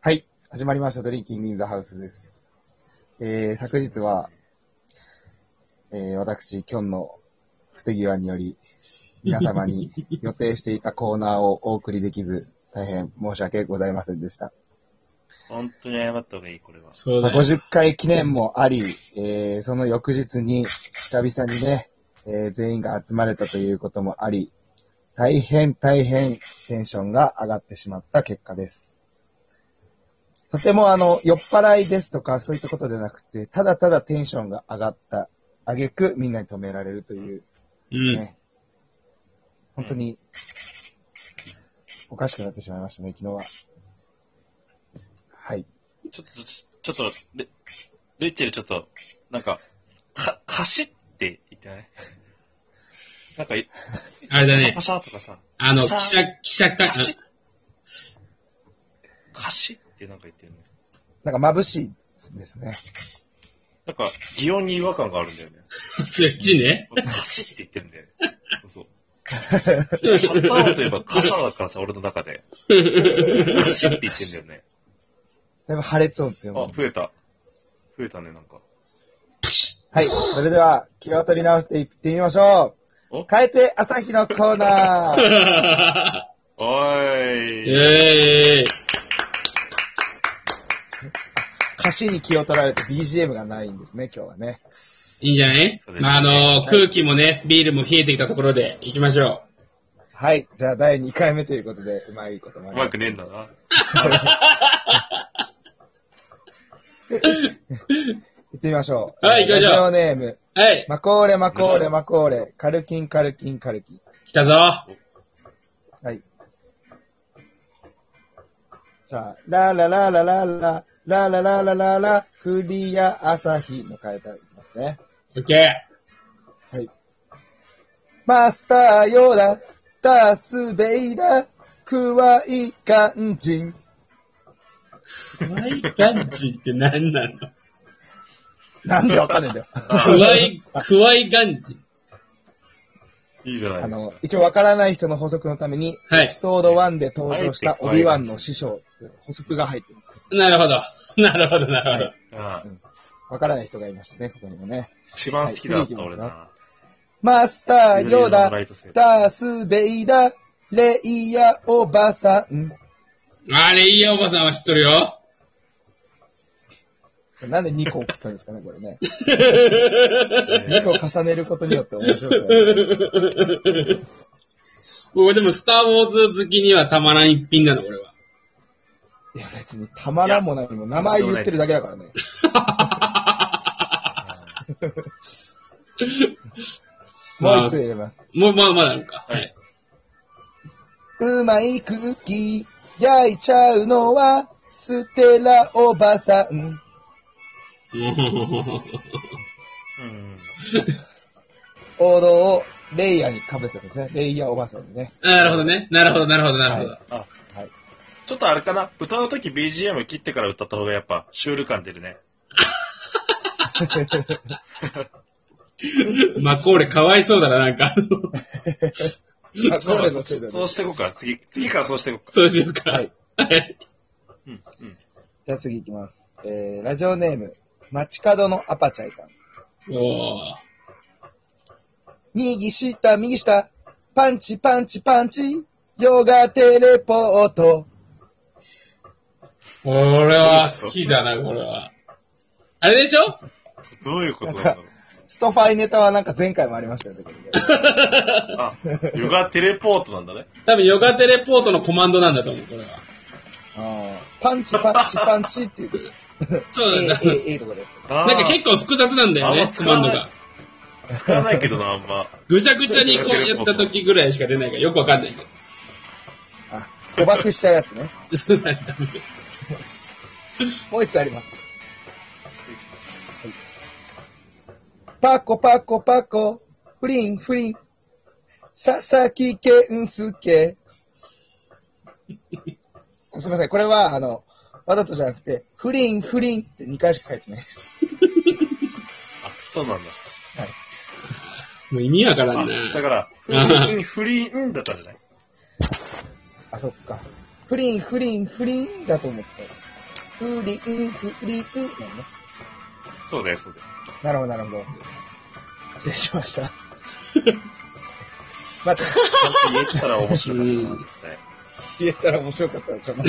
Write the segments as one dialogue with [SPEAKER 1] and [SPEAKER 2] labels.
[SPEAKER 1] はい。始まりました。ドリンキングインザハウスです。えー、昨日は、えー、私、キョンの不手際により、皆様に予定していたコーナーをお送りできず、大変申し訳ございませんでした。
[SPEAKER 2] 本当に謝った方がいい、これは。
[SPEAKER 3] そう
[SPEAKER 1] まあ
[SPEAKER 3] だよ。
[SPEAKER 1] 50回記念も あり、えー、その翌日に、久々にね、えー、全員が集まれたということもあり、大変大変テンションが上がってしまった結果です。とてもあの、酔っ払いですとかそういったことでなくて、ただただテンションが上がった、あげくみんなに止められるという、
[SPEAKER 3] うん。
[SPEAKER 1] ね、本当に、おかしくなってしまいましたね、昨日は。はい。
[SPEAKER 2] ちょっと、ちょっと、レレイチェルちょっと、なんか、か、かしって言ってない なんか、
[SPEAKER 3] あれだ
[SPEAKER 2] パシャ
[SPEAKER 3] ね
[SPEAKER 2] パ。シャとかさ、
[SPEAKER 3] あの、記
[SPEAKER 2] さあ
[SPEAKER 3] 者、記者会、
[SPEAKER 2] かし
[SPEAKER 3] あ、
[SPEAKER 2] かしってなんか言ってるね。
[SPEAKER 1] なんか眩しいですね。
[SPEAKER 2] なんか、擬音に違和感があるんだよね。
[SPEAKER 3] そっちね。
[SPEAKER 2] かしって言ってるんだよね。そうそう。 カッターといえばカシャだからさ、俺の中で。かしって言ってんだよね。
[SPEAKER 1] だいぶ破裂音強ま
[SPEAKER 2] あ
[SPEAKER 1] る、。
[SPEAKER 2] 増えた。増えたね、なんか。
[SPEAKER 1] はい。それでは、気を取り直していってみましょう
[SPEAKER 2] お。
[SPEAKER 1] 変えて朝日のコーナー。
[SPEAKER 2] お
[SPEAKER 3] え
[SPEAKER 2] ーい。
[SPEAKER 3] え
[SPEAKER 1] 歌詞に気を取られて BGM がないんですね、今日はね。
[SPEAKER 3] いいんじゃない
[SPEAKER 2] そうですね
[SPEAKER 3] まあ、あの、空気もね、ビールも冷えてきたところで行きましょ
[SPEAKER 1] はい。じゃあ、第2回目ということで、うまいこともあ
[SPEAKER 2] う
[SPEAKER 1] りま
[SPEAKER 2] ますくねえんだな。
[SPEAKER 1] 行ってみましょう。
[SPEAKER 3] はい行きましょう
[SPEAKER 1] ラジオネーム、
[SPEAKER 3] う。はい、
[SPEAKER 1] マコーレマコーレ
[SPEAKER 2] お願いします
[SPEAKER 1] マコーレ、カルキンカルキンカルキン。
[SPEAKER 3] 来たぞ。
[SPEAKER 1] はい。じゃあ、ララララララ、ララララララ、クリア朝日の変えたらいきますね。
[SPEAKER 3] オッケ
[SPEAKER 1] はい。マスターヨーダ、ダースベイダー、クワイカンジン。
[SPEAKER 3] ー。クワイガンジンって何なの
[SPEAKER 1] なんでわかんねえんだよ。
[SPEAKER 3] クワイ、クワイガンジン。
[SPEAKER 2] いいじゃない
[SPEAKER 1] あ
[SPEAKER 2] ですか。
[SPEAKER 1] の、一応わからない人の補足のために、
[SPEAKER 3] は
[SPEAKER 1] エピ
[SPEAKER 3] い。
[SPEAKER 1] ソード1で登場した
[SPEAKER 2] あえ
[SPEAKER 1] オ
[SPEAKER 2] て
[SPEAKER 1] ビワンの師匠、補足が入ってます。
[SPEAKER 3] なるほど。なるほど、なるほど。
[SPEAKER 2] ああ
[SPEAKER 1] わからない人がいましたね、ここにもね。
[SPEAKER 2] 一番好きだった
[SPEAKER 1] はい
[SPEAKER 2] 俺な。
[SPEAKER 1] マスターヨーダ、
[SPEAKER 2] ライトセーバ
[SPEAKER 1] ダースベイダー、レイヤーおばさん。
[SPEAKER 3] あれ、いいよ、おばさんは知っとるよ。
[SPEAKER 1] なんで2個送ったんですかね、これね。
[SPEAKER 2] ー
[SPEAKER 1] 2個重ねることによって面白くなる。
[SPEAKER 3] 僕でも、スターウォーズ好きにはたまらん一品なの、俺は。
[SPEAKER 1] いや、別にたまらんも何も、名前言ってるだけだからね。もう1つ入れます。
[SPEAKER 3] もう、まあ、まだあるか。はい。
[SPEAKER 1] うまいクッキー、焼いちゃうのは、ステラおばさん。
[SPEAKER 2] うん。
[SPEAKER 1] 王道をレイヤーに被せたんですね。レイヤーおばさんにね。
[SPEAKER 3] なるほどね。なるほど、なるほど、なるほど。
[SPEAKER 2] あ、
[SPEAKER 1] はい。
[SPEAKER 2] ちょっとあれかな歌うとき BGM 切ってから歌った方がやっぱシュール感出るね。
[SPEAKER 3] まあ、これかわいそうだな、なんか。
[SPEAKER 1] あ
[SPEAKER 2] そう
[SPEAKER 1] そうで
[SPEAKER 2] だそう
[SPEAKER 1] す
[SPEAKER 2] そ
[SPEAKER 1] ね
[SPEAKER 2] うそうしていこうか。次、次からそうしていこうか。
[SPEAKER 3] そうしようか。
[SPEAKER 1] はい。
[SPEAKER 3] はい。
[SPEAKER 2] うん。うん。
[SPEAKER 1] じゃあ次行きます。えー、ラジオネーム、街角のアパチャイさん。
[SPEAKER 3] おー。
[SPEAKER 1] 右下、右下、パンチ、パンチ、パンチ、ヨガテレポート。
[SPEAKER 3] これは好きだな、これは。あれでしょ
[SPEAKER 2] どういうことなんだろう。
[SPEAKER 1] ストファイネタはなんか前回もありましたよ ね。これね
[SPEAKER 2] あ、ヨガテレポートなんだね。
[SPEAKER 3] 多分ヨガテレポートのコマンドなんだと思う、これは。
[SPEAKER 1] あーパンチ、パンチ、パンチっていう。
[SPEAKER 3] そうなんだ。
[SPEAKER 1] えーえーえーとこで。
[SPEAKER 2] あ
[SPEAKER 3] なんか結構複雑なんだよ
[SPEAKER 2] あん
[SPEAKER 3] ね
[SPEAKER 2] ま、
[SPEAKER 3] コ
[SPEAKER 2] 使
[SPEAKER 3] マ
[SPEAKER 2] わ
[SPEAKER 3] ンド
[SPEAKER 2] ない
[SPEAKER 3] が。
[SPEAKER 2] 構使わないけどな、あんま。
[SPEAKER 3] ぐちゃぐちゃにこうやった時ぐらいしか出ないからよくわかんないけど。
[SPEAKER 1] あ、誤爆しちゃうやつね。
[SPEAKER 3] そうなんだ。
[SPEAKER 1] もう一つあります。パコパコパコ、フリンフリン、佐々木健介。 すみません、これは、あの、わざとじゃなくて、フリンフリンって2回しか書いてない。
[SPEAKER 2] あ、そうなんだ。
[SPEAKER 3] もう意味わからん
[SPEAKER 2] あ、だ
[SPEAKER 3] な。
[SPEAKER 2] から、フリン、フリンだったんじゃない
[SPEAKER 1] あ、そっか。フリンフリンフリンだと思った。フリン、フリン、
[SPEAKER 2] そうだよ、そうだよ。
[SPEAKER 1] なるほど、なるほど。失礼しました。 また、
[SPEAKER 2] ちゃんと言えてたら面白かったな、絶対。
[SPEAKER 1] 言えたら面白かったのかな。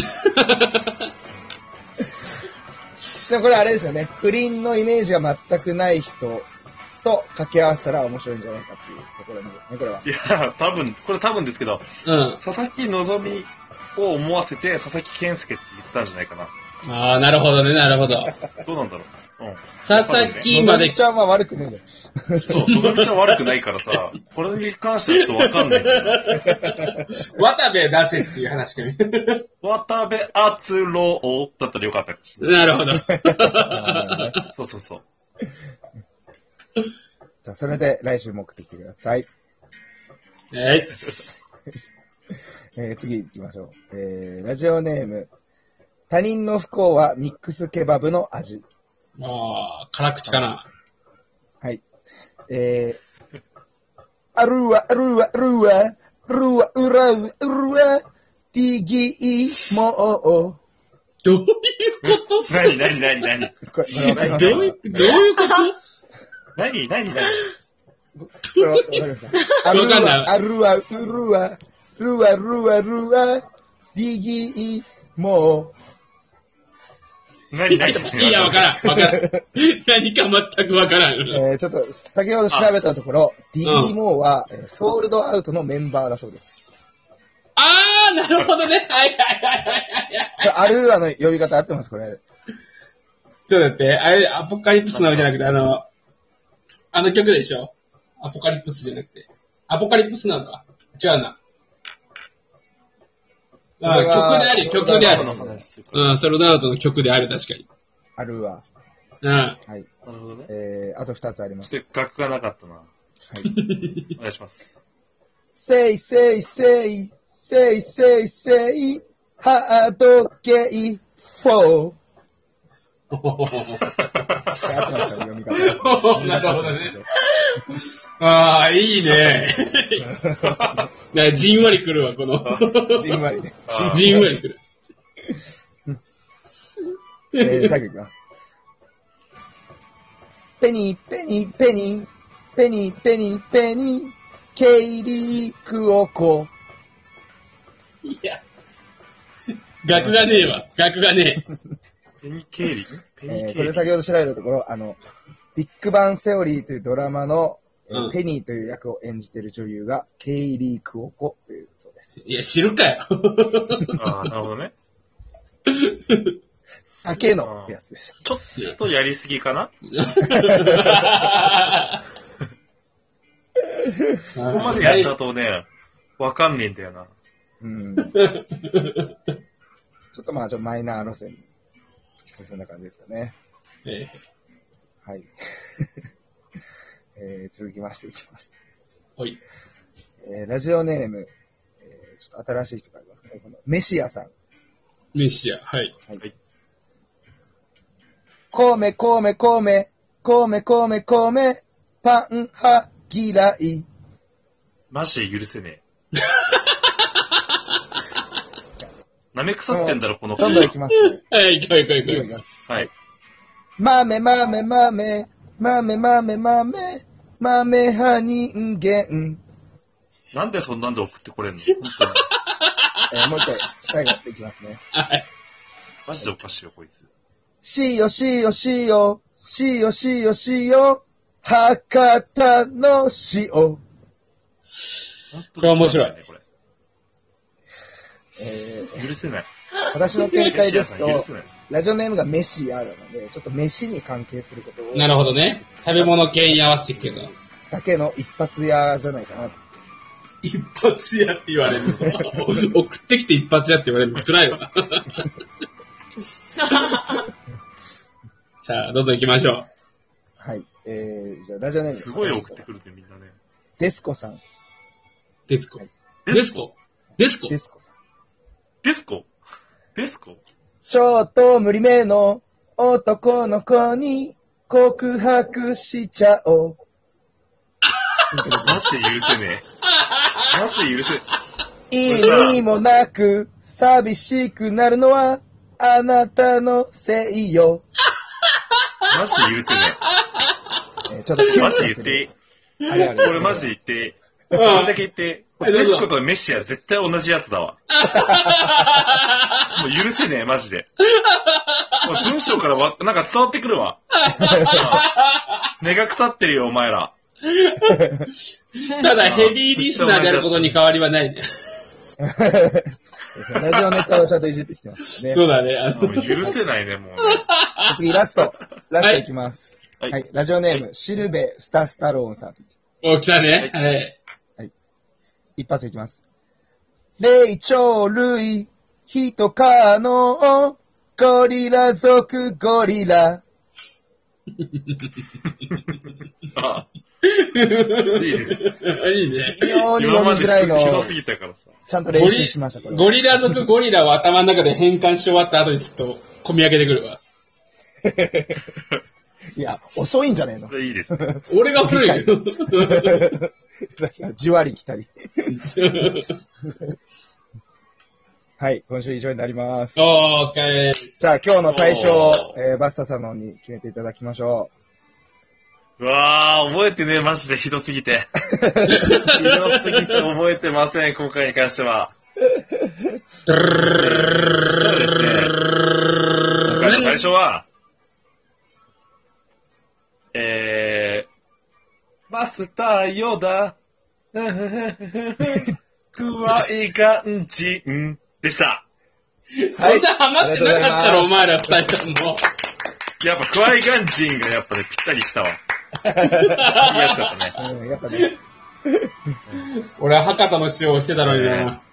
[SPEAKER 1] でもこれあれですよね。不倫のイメージが全くない人と掛け合わせたら面白いんじゃないかっていうところなんですね、これは。
[SPEAKER 2] いや、多分、これ多分ですけど、
[SPEAKER 3] うん。
[SPEAKER 2] 佐々木希を思わせて、佐々木健介って言ってたんじゃないかな。
[SPEAKER 3] ああ、なるほどね、なるほど。
[SPEAKER 2] どうなんだろう。うん。
[SPEAKER 3] 佐々木まで
[SPEAKER 1] のぞみ、ちゃんは悪くねえんだよ。
[SPEAKER 2] そう、のぞみちゃん悪くないからさ、これに関してはちょっとわかんないんだよな。
[SPEAKER 3] 渡部出せっていう話かね。
[SPEAKER 2] 渡部篤郎だったらよかったかもしれ
[SPEAKER 3] なるほど。
[SPEAKER 2] ない。そうそうそう。
[SPEAKER 1] じゃあ、それで来週も送ってきてください。
[SPEAKER 3] はい。
[SPEAKER 1] えー次行きましょう。えー、ラジオネーム、他人の不幸はミックスケバブの味。
[SPEAKER 3] ああ、辛口かな。
[SPEAKER 1] はい。えー、あるわ、あるわ、あるわ、あるわ、うらう、うるわ、ティギー、も
[SPEAKER 3] どういうこと
[SPEAKER 2] なになになになに
[SPEAKER 1] う。これ、これわかります
[SPEAKER 3] どういう、どういうこと
[SPEAKER 2] なになになに
[SPEAKER 1] これわかりますある
[SPEAKER 3] わかんない
[SPEAKER 1] わ、あるわ、うるわ、るわ、るわ、るわ、ティギー、も
[SPEAKER 2] なになに
[SPEAKER 3] いや、わからん、わからん。 何か全くわから
[SPEAKER 1] う。
[SPEAKER 3] ん。
[SPEAKER 1] えー、ちょっと、先ほど調べたところ、ディギー・モーは、えーソールドアウトのメンバーだそうです。
[SPEAKER 3] ああ、なるほどね。はいはいはいはいはい。
[SPEAKER 1] これアルーアの呼び方合ってます、これ。
[SPEAKER 3] ちょっと待って、あれ、アポカリプスのじゃなくて、あの、あの曲でしょアポカリプスじゃなくて。アポカリプスなのか違うな。あ
[SPEAKER 1] これは
[SPEAKER 3] 曲であり、曲である
[SPEAKER 1] こ。れは
[SPEAKER 3] うん、ソロダウトの曲である、確かに。
[SPEAKER 1] アルーア。
[SPEAKER 3] うん。
[SPEAKER 1] はい。
[SPEAKER 2] なるほどね。
[SPEAKER 1] えー、あと2つあります。
[SPEAKER 2] ちょっと額がなかったな。
[SPEAKER 1] はい。
[SPEAKER 2] お願いします。
[SPEAKER 1] せいせいせい、せいせいせい、ハードゲイフ ォー。合ってますか読み方。
[SPEAKER 3] なるほどね。ああ、いい ね。なじんわりくるわ、この。
[SPEAKER 1] じんわりね。
[SPEAKER 2] あ
[SPEAKER 3] じんわりくる。
[SPEAKER 1] えー、最後いきます。ペニー、ペニー、ペニー、ペニー、ペニー、ペニー、ケイリークオコ。
[SPEAKER 3] いや。額がねえわ。額がねえ。
[SPEAKER 2] ペニケーリペニ
[SPEAKER 1] えー、
[SPEAKER 2] ケ
[SPEAKER 1] こ
[SPEAKER 2] ー
[SPEAKER 1] れ
[SPEAKER 2] リ
[SPEAKER 1] 先ほど調べたところ、あの、ビッグバンセオリーというドラマの、えー
[SPEAKER 3] うん
[SPEAKER 1] ペニーという役を演じている女優が、ケイリークオコというそうです。
[SPEAKER 3] いや、知るか よ。
[SPEAKER 2] ああ、なるほどね。
[SPEAKER 1] 竹のやつでした。
[SPEAKER 2] ちょっとやりすぎかなここまでやっちゃうとね、わかんねえんだよな。
[SPEAKER 1] うん。ちょっとまあ、ちょっとマイナー路線に突き進んだ感じですかね。
[SPEAKER 3] え
[SPEAKER 1] はい。 えー、続きましていきます。
[SPEAKER 3] ーはい。
[SPEAKER 1] えー、ラジオネーム、えー、ちょっと新しい人からいますね。このメシアさん。
[SPEAKER 3] メシア、はい。
[SPEAKER 1] コメコメコメ、コメコメコメ、パン派嫌い。
[SPEAKER 2] マジで許せねえ。舐め腐ってんだろ、この子
[SPEAKER 1] どんどんいきますね。
[SPEAKER 3] はい、行こう行こう
[SPEAKER 1] どんどん
[SPEAKER 3] 行
[SPEAKER 1] い
[SPEAKER 3] こ
[SPEAKER 1] き
[SPEAKER 3] う。
[SPEAKER 1] ます。
[SPEAKER 2] はい。
[SPEAKER 1] 豆豆豆、豆豆豆、豆派人間。
[SPEAKER 2] なんでそんなんで送ってこれんの本当に
[SPEAKER 1] えー、もう一回、最後いきますね。
[SPEAKER 3] はい。
[SPEAKER 2] マジでおかしいよ、こいつ。
[SPEAKER 1] しよしよしよ、しよしよしよ、博多の塩。
[SPEAKER 2] こ
[SPEAKER 3] れは面白い
[SPEAKER 2] ね、これ。
[SPEAKER 1] えー、
[SPEAKER 2] 許せない。
[SPEAKER 1] 私の見解です
[SPEAKER 2] メシアさん許
[SPEAKER 1] と
[SPEAKER 2] せ、ない。
[SPEAKER 1] ラジオネームがメシアなので、ちょっと飯に関係することを
[SPEAKER 3] なるほどね。食べ物系に合わせてるけど。
[SPEAKER 1] だけの一発屋じゃないかな。
[SPEAKER 3] 一発屋って言われるの。 送ってきて一発屋って言われるの辛いわ。 さあ、どんどん行きましょ
[SPEAKER 1] はい。えー、じゃあラジオネーム。
[SPEAKER 2] すごい送ってくるね、みんなね。
[SPEAKER 1] デスコさん。
[SPEAKER 3] う。デスコ
[SPEAKER 1] はい。
[SPEAKER 3] デスコデスコ
[SPEAKER 1] デスコさん。
[SPEAKER 2] デスコデスコ
[SPEAKER 1] ちょっと無理めの男の子に告白しちゃおう。
[SPEAKER 2] マジで許せねえ。マジで許せねえ。
[SPEAKER 1] 意味もなく寂しくなるのはあなたのせいよ。
[SPEAKER 2] マジ言うてな
[SPEAKER 1] えーちょっとキ
[SPEAKER 2] い。
[SPEAKER 1] ュン
[SPEAKER 2] マ
[SPEAKER 1] とす
[SPEAKER 2] ジ
[SPEAKER 1] る
[SPEAKER 2] 言っていい。
[SPEAKER 1] あれあれ
[SPEAKER 2] これ マジ言っていい。
[SPEAKER 3] うん
[SPEAKER 2] これだけ言っていい。これ
[SPEAKER 3] えどう
[SPEAKER 2] ペ
[SPEAKER 3] ぞ
[SPEAKER 2] スコとメッシは絶対同じやつだ わ。もう許せねえ、マジで。もう文章からわ、なんか伝わってくるわ。うん根が腐ってるよ、お前ら。
[SPEAKER 3] ただヘビーリスナーであることに変わりはないね。
[SPEAKER 1] ラジオネタをちゃんといじってきてますね。
[SPEAKER 3] そうだね。あ
[SPEAKER 2] も
[SPEAKER 3] の
[SPEAKER 2] う許せないね、もうね。
[SPEAKER 1] 次、ラスト。ラストいきます。
[SPEAKER 2] はい
[SPEAKER 1] はい。ラジオネーム、シルベ・スタスタローンさん。
[SPEAKER 3] 大きさね。はい。
[SPEAKER 1] 一発いきます。霊長類、ヒトカノ、ゴリラ族ゴリラ。
[SPEAKER 2] あいいです。
[SPEAKER 3] いいね。
[SPEAKER 1] 非常に
[SPEAKER 2] 今
[SPEAKER 1] 読
[SPEAKER 2] ま
[SPEAKER 1] み
[SPEAKER 2] で
[SPEAKER 1] づらいのを
[SPEAKER 2] ひどすぎたからさ。
[SPEAKER 1] ちゃんと
[SPEAKER 3] ゴ
[SPEAKER 1] 練習
[SPEAKER 3] リ
[SPEAKER 1] しました、これ。
[SPEAKER 3] ゴリラ族ゴリラを頭の中で変換し終わった後にちょっと込み上げてくるわ。
[SPEAKER 1] いや、遅いんじゃねえの。
[SPEAKER 2] いいですね。
[SPEAKER 3] 俺が古いよ。
[SPEAKER 1] だから じわり来たり。はい、今週以上になります。
[SPEAKER 3] おー、お疲れ。
[SPEAKER 1] じゃあ、今日の対象
[SPEAKER 2] お、ー
[SPEAKER 1] えー、バスタさんの方に決めていただきましょ
[SPEAKER 2] うわー、覚えてねえ、マジでひどすぎて。ひどすぎて覚えてません、今回に関しては。そしたらですね、今回の対象は、えー、マスターヨダ、くわいがんちんでした。
[SPEAKER 3] そんなハマってなかったろ、
[SPEAKER 1] あ
[SPEAKER 3] お前ら二人とも。
[SPEAKER 2] やっぱ、クワイガンジンがやっぱね、ぴったりしたわ。いいやつだったね。
[SPEAKER 1] う。うん、やっぱね。
[SPEAKER 3] 俺は博多の塩をしてたのにな。